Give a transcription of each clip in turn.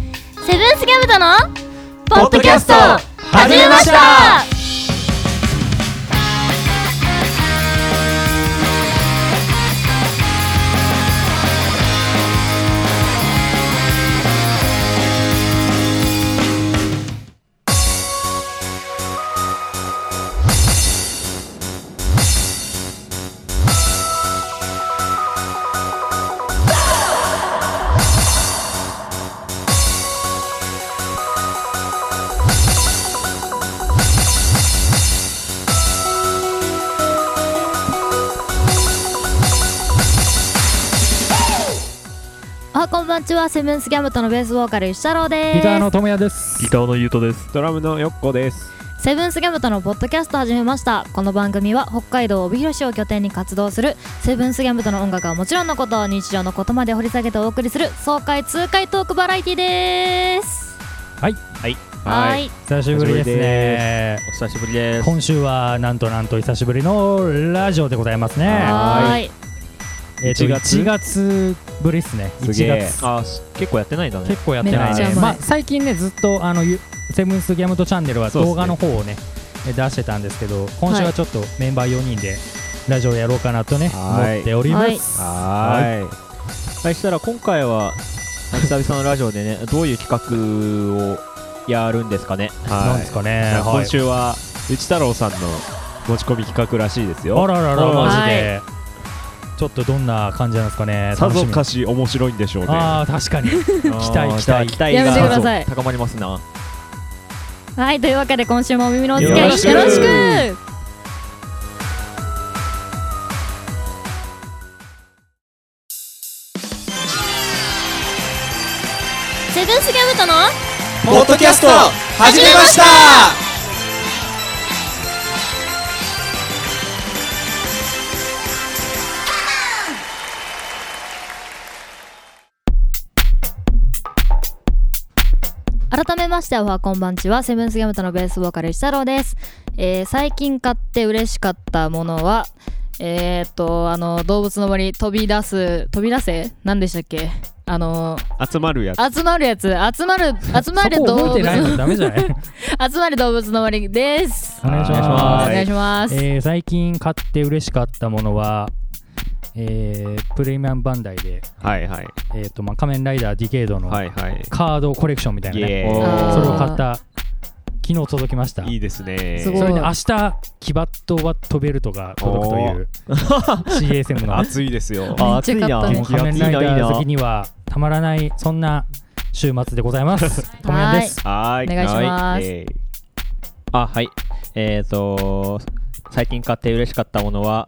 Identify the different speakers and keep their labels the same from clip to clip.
Speaker 1: ルースギャムとの
Speaker 2: ポッドキャスト始めました
Speaker 1: おはこんばんちはセブンスギャムとのベースボーカル石太郎です
Speaker 3: ギターの智也です。
Speaker 4: ギターのゆうとです。
Speaker 2: ドラムのよっこです
Speaker 1: セブンスギャムとのポッドキャスト始めましたこの番組は北海道帯広市を拠点に活動するセブンスギャムとの音楽はもちろんのこと日常のことまで掘り下げてお送りする爽快痛快トークバラエティです
Speaker 3: はい
Speaker 4: はい
Speaker 1: はい
Speaker 3: 久しぶりですね。
Speaker 4: お久しぶりで。
Speaker 3: 今週はなんとなんと久しぶりのラジオでございますね。
Speaker 1: は
Speaker 2: は
Speaker 1: ーい
Speaker 3: えっと
Speaker 2: 1月
Speaker 3: 1月ぶりですね。
Speaker 2: すげ
Speaker 3: 1
Speaker 2: え
Speaker 3: 月
Speaker 4: あー、す結構やってないんだね。
Speaker 3: 結構やってない
Speaker 2: めっちゃ。
Speaker 3: ね
Speaker 2: 前
Speaker 3: まあ最近ねずっとあのゆセブンスギャムとチャンネルは
Speaker 4: そうで
Speaker 3: 動
Speaker 4: すね
Speaker 3: 画の方をねえ出してたんですけど、今週はちょっとメンバー4人でラジオやろうかなとね
Speaker 2: はい
Speaker 3: 思っております。
Speaker 2: は
Speaker 4: そしたら今回は久々のラジオでね、どういう企画をやるんですかね。
Speaker 2: い
Speaker 3: なん
Speaker 2: は
Speaker 3: ですかね。
Speaker 2: い
Speaker 3: はい
Speaker 2: 今週は内太郎さんの持ち込み企画らしいです
Speaker 3: あ
Speaker 2: よ
Speaker 3: ららら
Speaker 2: はい
Speaker 3: マジで。ちょっとどんな感じなんですかね。
Speaker 2: さ
Speaker 3: 楽し
Speaker 2: ぞ
Speaker 3: み
Speaker 2: かし面白いんでしょうね
Speaker 3: ああ確か に。
Speaker 4: 期
Speaker 3: 待期待
Speaker 4: 期待
Speaker 1: やめてくだ
Speaker 4: が
Speaker 1: さい
Speaker 4: 高まりますな。
Speaker 1: はいというわけで今週もお耳のお付き合いよ
Speaker 3: よ
Speaker 1: ろ
Speaker 3: ろ
Speaker 1: し
Speaker 3: し
Speaker 1: く
Speaker 3: く
Speaker 1: セブンスギャムとの
Speaker 5: ポッドキャスト始めました
Speaker 1: 改めましておはこんばんちはセブンスギャムとのベースボーカル石太郎です、えー最近買って嬉しかったものはえー、っとあの動物の森飛び出す飛び出せ何でしたっけあの
Speaker 2: 集まるやつ
Speaker 1: 集まるやつ集まる集まる
Speaker 3: そこ
Speaker 1: 動
Speaker 3: 覚えてない
Speaker 1: 物
Speaker 3: のダメじゃない
Speaker 1: 集まる動物の森です
Speaker 3: お願いし
Speaker 1: お
Speaker 3: ま
Speaker 2: は
Speaker 3: す
Speaker 1: 願いします、
Speaker 3: えー最近買って嬉しかったものは、えープレミアムバンダイで、
Speaker 2: はいはい
Speaker 3: えーとまあ、仮面ライダーディケイドの
Speaker 2: はいはい
Speaker 3: カードコレクションみたいな
Speaker 2: イ
Speaker 3: ね、
Speaker 2: エ
Speaker 1: ーイ
Speaker 3: それを買った昨日届きました
Speaker 2: ーイいいですね
Speaker 1: すごい
Speaker 3: それで明日キバットは飛べるとが届くという CSM の
Speaker 2: 暑いですよ
Speaker 1: あ
Speaker 4: あー、暑い
Speaker 1: め
Speaker 4: な。
Speaker 1: っちゃ買
Speaker 3: もう
Speaker 1: っ
Speaker 3: 仮面
Speaker 4: い
Speaker 3: ラ
Speaker 4: い
Speaker 3: イ
Speaker 4: な、いい
Speaker 3: ダー好
Speaker 4: な
Speaker 3: き。にはたまらないそんな週末でございます。ごめんです。
Speaker 2: は
Speaker 1: お願いします
Speaker 2: はいえ
Speaker 4: あ、はい。えっと、最近買って嬉しかったものは、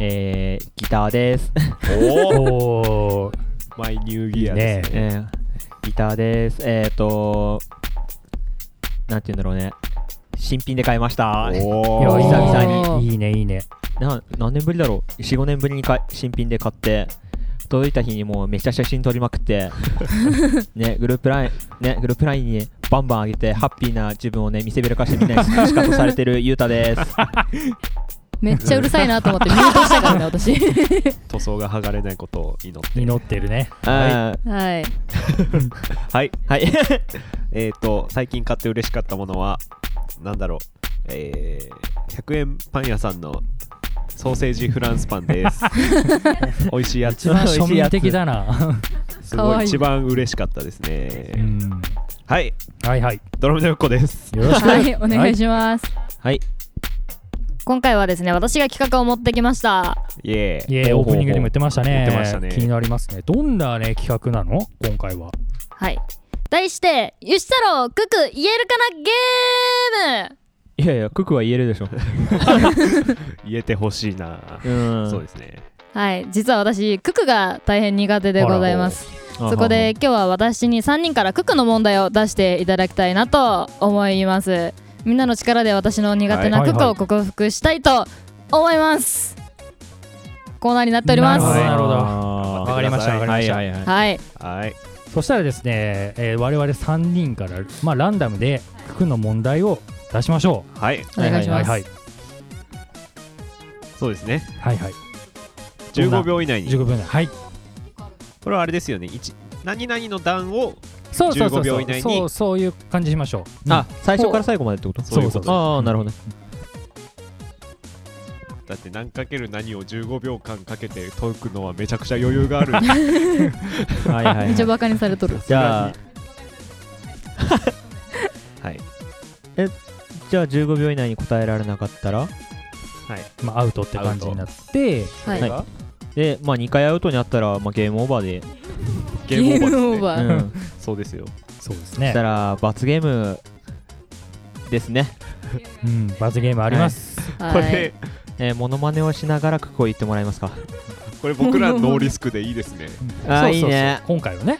Speaker 4: えーギターです。
Speaker 2: ーおお
Speaker 3: おー
Speaker 2: マイニューギアですね
Speaker 4: えーギターです。えっ、ー、と、なんて言うんだろうね。新品で買いました。
Speaker 2: お
Speaker 3: いや
Speaker 2: ー
Speaker 3: 久々に
Speaker 1: おー
Speaker 3: いいねいいね。
Speaker 4: な何年ぶりだろう ?4、5年ぶりに買い新品で買って、届いた日にもうめっちゃ写真撮りま くって、ね、グループライン、ね、グループラインにバンバン上げて、ハッピーな自分をね、見せびらかしてみんなにスカスカとされてるゆうたです。
Speaker 1: めっちゃうるさいなと思 ってミュートしたからね私
Speaker 2: 塗装が剥がれないことを祈って
Speaker 3: 祈ってるね。
Speaker 1: は
Speaker 4: は
Speaker 1: い
Speaker 2: はい
Speaker 4: はい。
Speaker 2: えっ、と最近買って嬉しかったものはなんだろうえー、100円パン屋さんのソーセージフランスパンです美味しいや
Speaker 3: 一
Speaker 2: つ
Speaker 3: 番庶民的だ な。
Speaker 2: す
Speaker 1: か
Speaker 2: ご
Speaker 1: わ
Speaker 2: い
Speaker 1: いい
Speaker 2: 一番嬉しかったです
Speaker 3: う
Speaker 2: ね
Speaker 3: ん
Speaker 2: はい
Speaker 3: はいはい。
Speaker 2: ドラムのよっこです
Speaker 3: よろしく。
Speaker 1: はいお願いします、
Speaker 4: はい。
Speaker 1: 今回はですね私が企画を持ってきました
Speaker 2: イエ
Speaker 3: イ
Speaker 2: ー
Speaker 3: エーイオープニングでも言ってましたね。
Speaker 2: 言ってましたね
Speaker 3: 気になりますね。どんなね企画なの？今回は。
Speaker 1: はい題して「ゆし太郎クク言えるかなゲーム
Speaker 4: いやいや、ククは言えるでしょ。
Speaker 2: 言えてほしいな、
Speaker 4: うん。
Speaker 2: そうですね」
Speaker 1: はい実は私ククが大変苦手でございます
Speaker 4: あ
Speaker 1: そこで今日は私に3人からククの問題を出していただきたいなと思いますみんなの力で私の苦手な
Speaker 3: はい
Speaker 1: ククを克服したいと思いますコーナーになっておりま
Speaker 3: あ
Speaker 1: す
Speaker 3: ー
Speaker 1: は
Speaker 3: なるほど
Speaker 4: あー
Speaker 3: わかりましたわかりました
Speaker 4: はいはいはい
Speaker 1: い、
Speaker 2: はい
Speaker 3: そしたらですね、えー我々3人からまあランダムで区の問題を出しましょ
Speaker 2: はい
Speaker 1: お願いし
Speaker 3: う。
Speaker 1: ま
Speaker 3: は
Speaker 1: す
Speaker 3: いはい
Speaker 2: そうですね
Speaker 3: はいはい。どんな
Speaker 2: 15秒以内に
Speaker 3: 15分で。はい。
Speaker 2: これはあれですよね一何々の段を
Speaker 3: そうそうそ
Speaker 2: 15
Speaker 3: うそ
Speaker 2: 秒
Speaker 3: う
Speaker 2: 以内に
Speaker 3: そうそういう感じしましょう
Speaker 4: あ最初から最後までってこと
Speaker 2: そういうこと
Speaker 4: ああなるほどね
Speaker 2: だって何かける何を15秒間かけて解くのはめちゃくちゃ余裕が ある
Speaker 4: はいはい、は
Speaker 1: め
Speaker 4: い、
Speaker 1: っちゃ
Speaker 4: じ
Speaker 1: バカにされとる
Speaker 4: ゃあ
Speaker 2: はい
Speaker 4: じゃあ15秒以内に答えられなかったら
Speaker 3: まあ、アウトって感じになって
Speaker 1: はい
Speaker 4: はいでまあ2回アウトになったら、まあ、ゲームオーバーで、
Speaker 2: ゲームオーバ
Speaker 1: ゲ
Speaker 2: ーですね
Speaker 4: う
Speaker 1: バー
Speaker 4: ん、
Speaker 2: そうですよ
Speaker 3: そうです
Speaker 4: そ
Speaker 3: ね
Speaker 4: したら罰ゲームですね、
Speaker 3: うん罰ゲームあります、
Speaker 2: こ
Speaker 1: はい
Speaker 2: れ
Speaker 4: えー、モノマネをしながらクコ言ってもらえますか
Speaker 2: これ僕 らノーリスクでいいですね
Speaker 4: あー
Speaker 3: そうそうそう
Speaker 4: いいね
Speaker 3: 今回はね、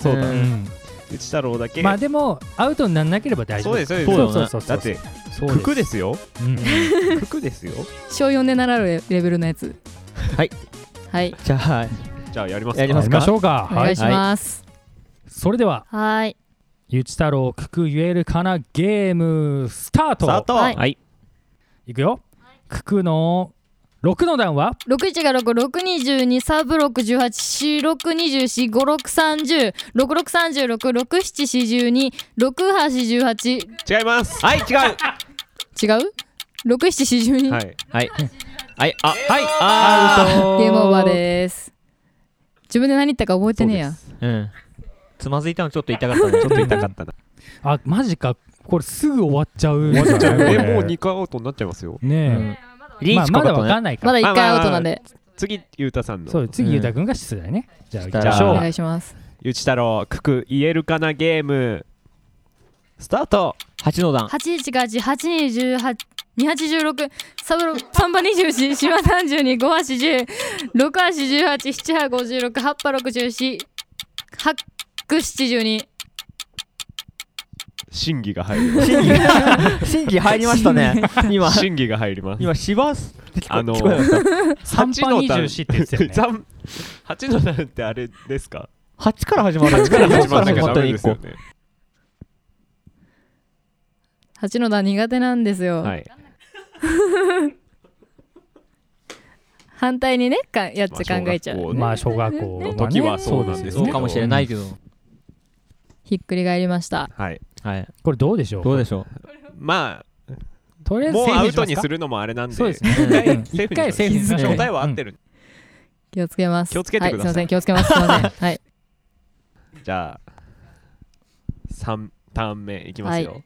Speaker 4: そうだ
Speaker 3: う
Speaker 4: うん
Speaker 2: 内太郎だけ、
Speaker 3: まあでもアウトにならなければ大丈夫
Speaker 2: そうですそうです
Speaker 3: そう
Speaker 4: そう
Speaker 3: そ
Speaker 4: だ
Speaker 3: う
Speaker 4: ね
Speaker 3: そうそ
Speaker 2: だって
Speaker 3: う
Speaker 4: そ
Speaker 2: 九九ですよ
Speaker 3: うん
Speaker 2: 九九 ですよ
Speaker 1: 小4で習うレベルのやつ
Speaker 4: はい
Speaker 1: はい
Speaker 4: じゃあ
Speaker 2: じゃあやりますか
Speaker 4: やり
Speaker 3: や
Speaker 4: ます
Speaker 3: り
Speaker 4: か
Speaker 3: ましょうか
Speaker 1: お願
Speaker 3: はいい
Speaker 1: します
Speaker 3: それでは
Speaker 1: はい
Speaker 3: ゆち太郎くく言えるかなゲームスタート
Speaker 2: スタート、
Speaker 1: はい
Speaker 4: はい
Speaker 3: いくよくくの6の段は
Speaker 1: 61が66223561846256463663674126818
Speaker 2: 違います
Speaker 4: はい違う
Speaker 1: 違う ?6742、
Speaker 2: はい
Speaker 4: はいはいあはい
Speaker 3: ア
Speaker 4: あ
Speaker 3: ウト
Speaker 1: ゲームオーバーです自分で何言ったか覚えてねえや
Speaker 4: ーうんつまずいたのちょっと痛かったねちょ
Speaker 2: ちょっ
Speaker 4: っ
Speaker 2: と痛かったな
Speaker 3: あマジかこれすぐ終わっちゃう
Speaker 2: 終わっちゃう
Speaker 3: これ
Speaker 2: えもう2回アウトになっちゃいますよ
Speaker 3: ねえ、
Speaker 4: リー
Speaker 3: まあ
Speaker 4: チ
Speaker 3: ま
Speaker 4: か
Speaker 3: だ
Speaker 4: かっ
Speaker 3: わ
Speaker 4: た
Speaker 3: か
Speaker 4: ね
Speaker 3: んないか
Speaker 1: ま
Speaker 3: ら
Speaker 1: だ1回アウトなんで、
Speaker 2: 次ゆうたさん
Speaker 3: そ
Speaker 2: の
Speaker 3: う次ゆうたくんが出題ねじゃあ行きまし
Speaker 4: ま
Speaker 3: ょ
Speaker 4: あ
Speaker 1: お
Speaker 4: まあ
Speaker 1: 願
Speaker 3: う
Speaker 1: いします
Speaker 2: ゆうち太郎くく言えるかなゲームスタート
Speaker 4: 八の段
Speaker 1: 8188218286サブロ3番24島32 5足10 6足18 7 56 8波64 8 72
Speaker 2: 審議が入る
Speaker 4: 審議審議入りまし た ね今
Speaker 2: 審議が入ります
Speaker 4: 今します
Speaker 2: あの
Speaker 4: 聞こえなかった
Speaker 3: 3番24って言ってた よね
Speaker 2: 残八の段ってあれですか
Speaker 4: 八から始まる八
Speaker 2: から始ま
Speaker 4: から
Speaker 2: らなき
Speaker 4: 始
Speaker 2: ゃ
Speaker 4: ま
Speaker 2: ダ
Speaker 4: った
Speaker 2: メ
Speaker 4: ね
Speaker 2: で
Speaker 4: 一
Speaker 2: すよ
Speaker 4: 個
Speaker 2: ね
Speaker 1: 八の段苦手なんですよ、
Speaker 2: はい
Speaker 1: 反対にねかやっちゃ考えちゃう、
Speaker 2: まあ小学校
Speaker 3: まあ小
Speaker 2: の
Speaker 3: 学校の
Speaker 2: 時はそうなんです
Speaker 4: そう
Speaker 2: ね
Speaker 4: かもしれないけど
Speaker 1: ひっくり返りました
Speaker 2: はい
Speaker 4: はい
Speaker 3: これどうでしょう
Speaker 4: どうでしょ
Speaker 2: ま
Speaker 3: とりあ
Speaker 2: あ
Speaker 3: えず
Speaker 2: もう
Speaker 3: セー
Speaker 2: ア
Speaker 3: フに
Speaker 2: ウ
Speaker 3: し
Speaker 2: ト
Speaker 3: ま
Speaker 2: にするのもあれなんで
Speaker 3: そうですね
Speaker 2: 一回
Speaker 3: うん
Speaker 2: セーフにしましょう
Speaker 3: 一回セーフにしましょう
Speaker 2: 答えは合ってる
Speaker 1: 気をつけます
Speaker 2: 気をつけてくださ
Speaker 1: はい、すい
Speaker 2: い
Speaker 1: ません気をつけますすいま せんはい
Speaker 2: じゃあ3ターン目いきますよ、
Speaker 1: は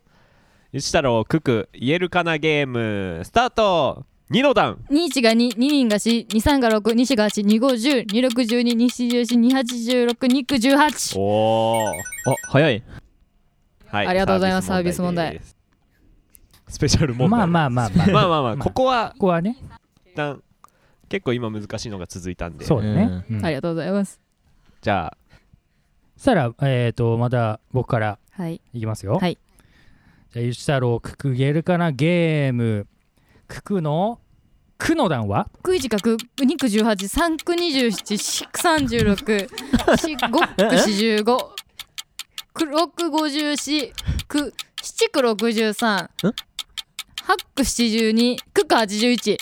Speaker 2: ゆち太郎くく言えるかなゲームスタート2の段
Speaker 1: 21が2、2人が4、2、3が6、2、4が8、2、5、10、2、6、12、2、4、4、2、8、16、2、9、18。
Speaker 2: おお
Speaker 4: うあ早い
Speaker 2: はい、
Speaker 1: ありがとうございます
Speaker 2: ですスペシャル問題
Speaker 3: まあまあまあまあ
Speaker 2: まあまあまあ
Speaker 3: まあ
Speaker 2: ここは
Speaker 3: ここはね
Speaker 2: 一旦結構今難しいのが続いたんで
Speaker 3: そうだね、うん
Speaker 1: ありがとうございます。
Speaker 2: じゃあ
Speaker 3: そしたらえっ、とまた僕から
Speaker 1: はい。
Speaker 3: いきますよ
Speaker 1: はい
Speaker 3: じゃあゆち太郎くく言えるかなゲームくくのくの段は
Speaker 1: 9、1か9、2、9、18、3、9、27、4、36、4、5、45、6、54、9、7、9、63、8、72、9、81。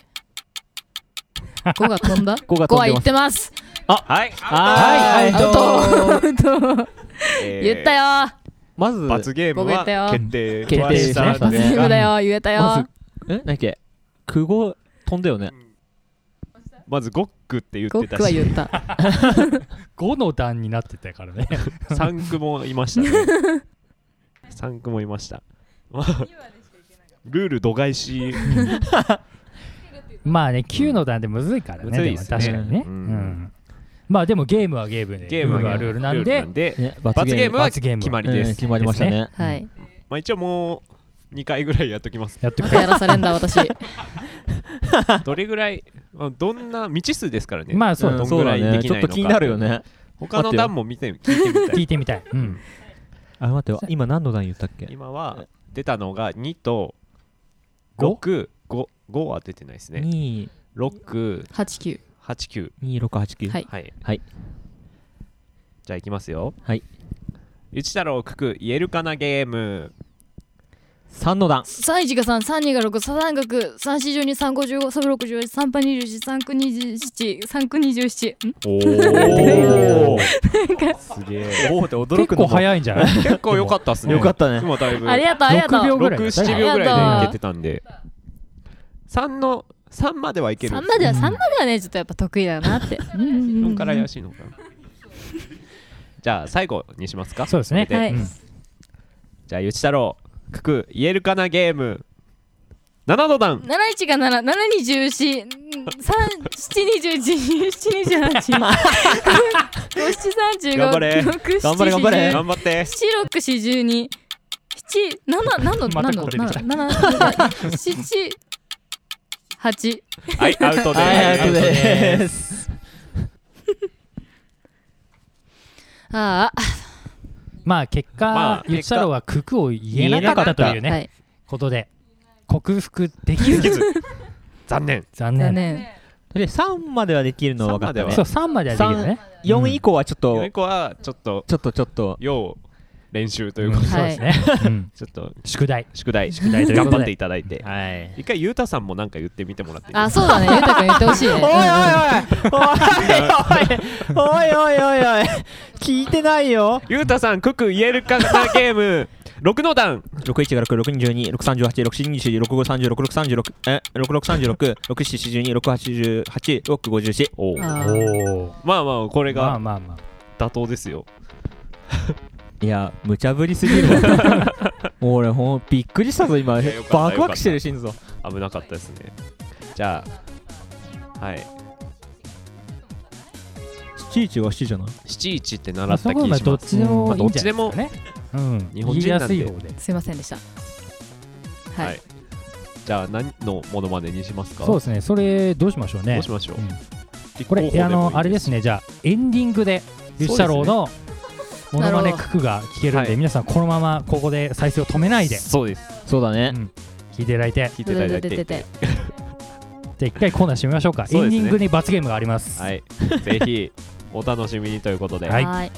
Speaker 1: 5が飛ん だ
Speaker 4: 五が
Speaker 1: ?5
Speaker 4: 飛ん
Speaker 1: は
Speaker 4: で
Speaker 1: 言
Speaker 4: ま
Speaker 1: っ
Speaker 4: す
Speaker 1: てます。
Speaker 2: はい
Speaker 4: はい
Speaker 1: アウト。
Speaker 2: えー
Speaker 1: 言ったよ。
Speaker 4: まず
Speaker 2: 罰ゲーム
Speaker 1: 僕言ったよ
Speaker 2: は決定
Speaker 3: 決定ですね
Speaker 2: トライスター
Speaker 1: 罰
Speaker 2: で
Speaker 1: ゲ
Speaker 2: す
Speaker 1: ームだよ。言えた
Speaker 4: ま
Speaker 1: よ。
Speaker 4: ずえ何だっけ久保飛んだよね
Speaker 2: まずゴックって言っ
Speaker 1: ゴ
Speaker 2: て
Speaker 1: ッ
Speaker 2: た
Speaker 1: クは
Speaker 2: し
Speaker 1: 言った。
Speaker 3: 5の段になってたからね
Speaker 2: 三区もいましたね三区もいましたまあルール度外視
Speaker 3: まあね9の段でむずいからね、
Speaker 2: むずいですね
Speaker 3: も確かにね、
Speaker 2: う
Speaker 3: うんんまあでもゲームはゲームで
Speaker 2: ゲーム
Speaker 3: ルールはルールなんで
Speaker 2: で
Speaker 4: ね
Speaker 2: 罰ゲームは
Speaker 3: 罰ゲーム
Speaker 2: 決まりで
Speaker 4: うん
Speaker 2: す
Speaker 4: 決まりましたね
Speaker 1: はい。
Speaker 2: まあ一応もう2回ぐらいやっときます
Speaker 3: やって
Speaker 1: ま
Speaker 3: く
Speaker 1: た
Speaker 3: れ
Speaker 1: やらされんだ私。
Speaker 2: どれぐらいまあどんな未知数ですからね
Speaker 3: まあそう
Speaker 4: うん
Speaker 3: だ、
Speaker 2: どん
Speaker 4: そう
Speaker 2: ぐ
Speaker 4: だ
Speaker 2: らいで
Speaker 4: ね
Speaker 2: き
Speaker 4: ちょ
Speaker 2: ない
Speaker 4: っ
Speaker 2: のか
Speaker 4: と気になるよね
Speaker 2: 他の段も見て聞いてみた
Speaker 3: 聞
Speaker 2: い
Speaker 3: いてみたい、うん、
Speaker 4: あ待って今何の段言ったっけ
Speaker 2: 今は出たのが2と655は出てないですね
Speaker 4: 二
Speaker 2: 689
Speaker 1: 8、9。
Speaker 4: 二六八九
Speaker 1: はい
Speaker 2: はい、
Speaker 4: はい
Speaker 2: じゃあいきますよ
Speaker 4: はい
Speaker 2: ゆち太郎くく言えるかなゲーム
Speaker 4: 3の段
Speaker 1: 3、1が3、3、2が6、3、3が6、3、4、12、3、5、15、3、6、18、3、パ21、3、9、27、3、9、27。ん
Speaker 2: おおすげえおおって驚
Speaker 3: 結
Speaker 2: く
Speaker 3: 構
Speaker 2: のも
Speaker 3: 早いんじゃない
Speaker 2: 結構良かったっすね
Speaker 4: よかったね
Speaker 2: 今だいぶ
Speaker 1: ありがとう、ありがと
Speaker 3: 6
Speaker 1: う。
Speaker 3: 秒ぐらい
Speaker 2: 六七秒ぐ
Speaker 1: あ
Speaker 2: らい
Speaker 1: りがとう
Speaker 2: でいけてたんで三の三まではいける
Speaker 1: 3までは、3まではね、ちょっとやっぱ得意だなって。うんうんうん
Speaker 2: 四から怪しいのかなじゃあ最後にしますか
Speaker 3: そうですね
Speaker 1: は
Speaker 2: で
Speaker 1: い。
Speaker 3: うん
Speaker 2: じゃあゆち太郎くく言えるかなゲーム七の段
Speaker 1: 七一が七、七二十四、三七二十一、七二十八、五七三十
Speaker 2: 頑張れ
Speaker 1: 五、六
Speaker 4: 頑張れ
Speaker 1: 七
Speaker 4: 頑張れ
Speaker 1: 四十
Speaker 2: 頑、張って
Speaker 1: 七六四十二、七七何の
Speaker 3: ま
Speaker 1: 何
Speaker 3: た
Speaker 1: の
Speaker 3: こう出てきた
Speaker 1: 七七八。
Speaker 2: はいアウトで
Speaker 4: はい
Speaker 2: ーす
Speaker 4: ありがとうです
Speaker 1: ああ、
Speaker 3: まあ結
Speaker 2: まあ
Speaker 3: 果ゆちたろうは九九を言えなかったとい
Speaker 1: は
Speaker 3: うね
Speaker 1: い。
Speaker 3: ことで克服でき ず
Speaker 2: 残念
Speaker 3: 残
Speaker 1: 残
Speaker 3: 念
Speaker 1: 念。
Speaker 4: で3まではできるのは分かった
Speaker 2: 三まで
Speaker 4: ね
Speaker 2: は
Speaker 3: そう3まではできるね
Speaker 4: 4以降はちょっと
Speaker 2: 4個はちょっと
Speaker 4: ちょっとちょっと
Speaker 2: 要練習と
Speaker 3: う
Speaker 2: い
Speaker 3: ん
Speaker 2: うことで、
Speaker 3: そうですねうん
Speaker 2: ちょっと
Speaker 3: 宿題
Speaker 2: 宿題
Speaker 3: 宿題というこ
Speaker 2: 頑
Speaker 3: とで
Speaker 2: 張っていただいて
Speaker 4: はい
Speaker 2: 一回ゆうたさんもなんか言ってみてもらっていい
Speaker 1: あ、そうだね。ゆうたくん言ってほしい
Speaker 4: おいおいおいおいおいおいおい
Speaker 1: ね。
Speaker 4: おいおい聞いてないよ
Speaker 2: ゆうたさんクク言えるかなゲーム6の段
Speaker 4: 61から662638642653636え6636366742688654
Speaker 2: お
Speaker 1: うんあー
Speaker 3: おお
Speaker 2: まあまあこれ
Speaker 3: まあ
Speaker 2: が
Speaker 3: まあまあ
Speaker 2: 妥当ですよ、
Speaker 4: いや無茶ぶりすぎるわ もう俺ほんびっくりしたぞ今
Speaker 2: いやよかった
Speaker 4: ワクワクしてるシーンぞ
Speaker 2: 危なかったですねじゃあはい
Speaker 4: 71が7じゃない
Speaker 2: 71って
Speaker 3: ま
Speaker 2: 習
Speaker 3: あ
Speaker 2: っ
Speaker 3: そ
Speaker 2: た気
Speaker 3: こは
Speaker 2: が
Speaker 3: まあ
Speaker 2: し
Speaker 3: どっ
Speaker 2: ます
Speaker 3: ちでもいい
Speaker 2: まあどっ
Speaker 3: んじゃない
Speaker 2: ちでも
Speaker 3: ですかねうん
Speaker 2: 日
Speaker 3: 言
Speaker 2: 本人
Speaker 3: いや
Speaker 2: なん
Speaker 3: す
Speaker 2: て
Speaker 3: い方です
Speaker 1: いませんでした。
Speaker 2: は
Speaker 1: はいい。
Speaker 2: じゃあ何のモノマネにしますか
Speaker 3: そうですねそれどうしましょう
Speaker 2: ど
Speaker 3: ね
Speaker 2: うしましょう、
Speaker 3: うん
Speaker 2: 立候補
Speaker 3: こ
Speaker 2: で
Speaker 3: れ
Speaker 2: もいい
Speaker 3: あのあれですねじゃあエンディングでゆし太郎のモノマネククが聞けるん
Speaker 2: なるほ
Speaker 3: で
Speaker 2: ど
Speaker 3: 皆さんこのままここで再生を止めないで
Speaker 2: そうです
Speaker 4: そうだね
Speaker 3: 聞いていただいて
Speaker 2: 聞いていただいて
Speaker 1: 出てて
Speaker 3: じゃあ一回コーナー締めましょうか
Speaker 2: そうで
Speaker 3: エン
Speaker 2: すね
Speaker 3: ディングに罰ゲームがあります
Speaker 2: はいぜひお楽しみにということで、
Speaker 3: はい
Speaker 1: はい。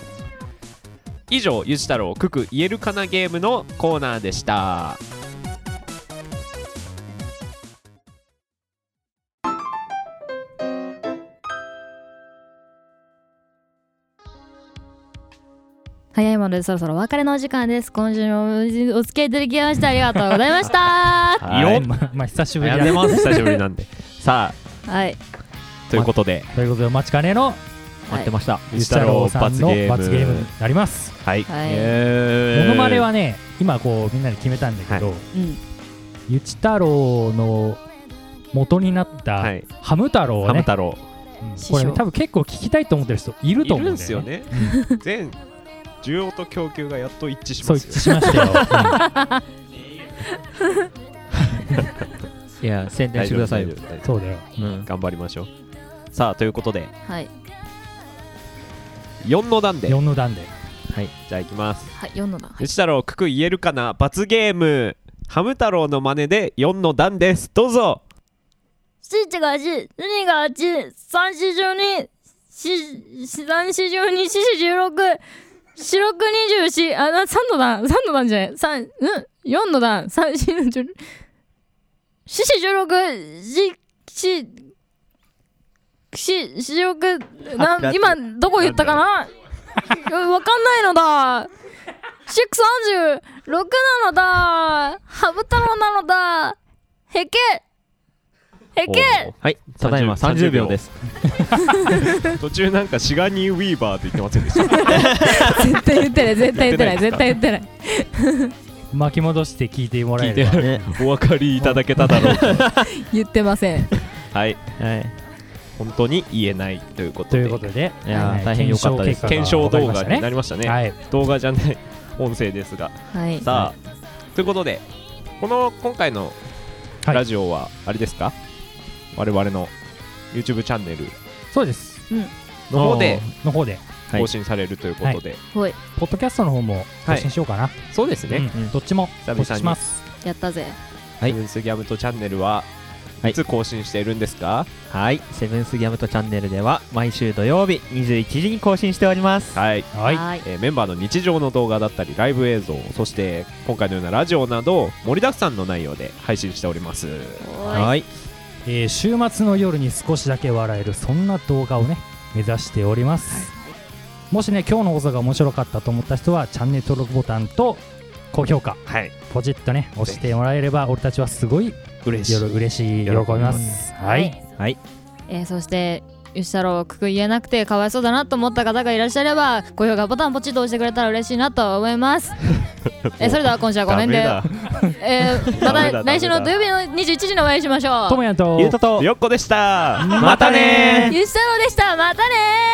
Speaker 2: 以上ゆち太郎クク言えるかなゲームのコーナーでした
Speaker 1: 早いものでそろそろお別れのお時間です。今週もお付き合いいただきましてありがとうございました。は
Speaker 3: はい
Speaker 2: よっ
Speaker 3: ままあ久しぶり
Speaker 2: や
Speaker 3: だ
Speaker 2: めます久しぶりなん でさ
Speaker 1: い。
Speaker 2: あということで
Speaker 3: ということでお待ちかねの
Speaker 4: 待ってました
Speaker 2: ゆち太郎
Speaker 3: さん
Speaker 2: 罰ゲ
Speaker 3: の
Speaker 2: ーム
Speaker 3: 罰ゲームになります
Speaker 2: はい
Speaker 1: はい。
Speaker 4: え
Speaker 3: モノマネはね今こうみんなで決めたんだけど
Speaker 1: うん。
Speaker 3: ゆち太郎の元になった
Speaker 2: はい
Speaker 3: ハム太郎を
Speaker 2: ハム
Speaker 3: ね
Speaker 2: 太郎
Speaker 3: うん
Speaker 1: 師匠
Speaker 3: これね多分結構聞きたいと思ってる人いると
Speaker 2: い
Speaker 3: 思う
Speaker 2: る
Speaker 3: ん
Speaker 2: ん
Speaker 3: だ
Speaker 2: す
Speaker 3: よ
Speaker 2: よ
Speaker 3: ね
Speaker 2: ね全需要と供給がやっと一致し
Speaker 3: そう
Speaker 2: ま
Speaker 3: 一
Speaker 2: すよ
Speaker 3: 致しましたよ
Speaker 4: いや宣伝
Speaker 2: 大
Speaker 4: し
Speaker 2: 丈
Speaker 4: てく
Speaker 2: 夫
Speaker 4: ださいよ
Speaker 2: 大丈夫大
Speaker 3: うん
Speaker 2: 丈
Speaker 3: そうだよ
Speaker 4: う
Speaker 2: 夫
Speaker 4: ん
Speaker 2: 頑張りましょうさあということで
Speaker 1: はい。
Speaker 2: 4の段で
Speaker 3: 4の段で
Speaker 2: じゃあいきます
Speaker 1: はい。四のだ。
Speaker 2: ゆち太郎くく言えるかな罰ゲームハム太郎の真似で4の段ですどうぞ
Speaker 1: 七が八、二が八、三四十二、四三四十二、四四十六、四六二十四、あな三の段、三の段じゃない、三うん四の段、三四十四四十六、四四四四十六
Speaker 4: あだ
Speaker 1: な
Speaker 4: って
Speaker 1: 今どこ言ったかな？うんわかんないのだ。シック三十六なのだ。ハブ太郎なのだ。へけ。へけ。
Speaker 2: おー
Speaker 4: はいただいま30秒です
Speaker 2: 途中なんかシガニー・ウィーバーって言ってませんでした
Speaker 1: 絶対言ってない絶対言ってない
Speaker 2: 言って
Speaker 1: 絶対言ってない
Speaker 3: 巻き戻して聞いてもらえれば
Speaker 4: ね
Speaker 2: お分かりいただけた だろうか
Speaker 1: 言ってません
Speaker 2: はい
Speaker 4: はい
Speaker 2: 本当に言えないということ
Speaker 3: と
Speaker 2: で
Speaker 3: いうことで、
Speaker 4: いやー
Speaker 3: はい
Speaker 4: 大変良かったです
Speaker 2: 検証動画にな
Speaker 3: ね。
Speaker 2: りましたね
Speaker 3: はい、
Speaker 2: 動画じゃない音声ですが
Speaker 1: はい
Speaker 2: さあ、ということでこの今回の
Speaker 3: はい
Speaker 2: ラジオはあれですか、我々の YouTube チャンネル
Speaker 3: そうです。
Speaker 2: の方で
Speaker 3: あー、の方で、
Speaker 4: はい
Speaker 2: 更新されるということで、
Speaker 1: ほい
Speaker 3: ポッドキャストの方も更新しようかな。
Speaker 2: そうですね、
Speaker 3: うんどっちも
Speaker 2: 久々に
Speaker 3: 更新します。
Speaker 1: やったぜ
Speaker 4: はい
Speaker 2: セブンスギャムトチャンネルは
Speaker 4: はい
Speaker 2: いつ更新しているんですか
Speaker 4: はい、セブンスギャムトチャンネルでは毎週土曜日21時に更新しております。
Speaker 2: はい、
Speaker 3: はい
Speaker 1: はい
Speaker 2: えーメンバーの日常の動画だったりライブ映像そして今回のようなラジオなど盛りだくさんの内容で配信しております
Speaker 1: い
Speaker 4: はい、
Speaker 3: えー週末の夜に少しだけ笑えるそんな動画をね目指しております、もしね今日の放送が面白かったと思った人はチャンネル登録ボタンと高評価
Speaker 2: はい
Speaker 3: ポチッとね押してもらえれば俺たちはすごい
Speaker 2: 嬉しい
Speaker 3: 夜嬉しい喜びますはい、
Speaker 4: はい、
Speaker 1: えーそして吉太郎くく言えなくてかわいそうだなと思った方がいらっしゃれば高評価ボタンポチッと押してくれたら嬉しいなと思います えーそれでは今週はこの
Speaker 2: ダ
Speaker 1: 辺
Speaker 2: メ
Speaker 1: で、
Speaker 2: だ
Speaker 1: えーま
Speaker 2: ダメ
Speaker 1: た
Speaker 2: だ
Speaker 1: 来週の土曜日の21時にお会いしましょう
Speaker 3: ともやんと
Speaker 4: ゆうとと、
Speaker 2: よっこでした
Speaker 4: またねー
Speaker 1: 吉太郎でしたまたねー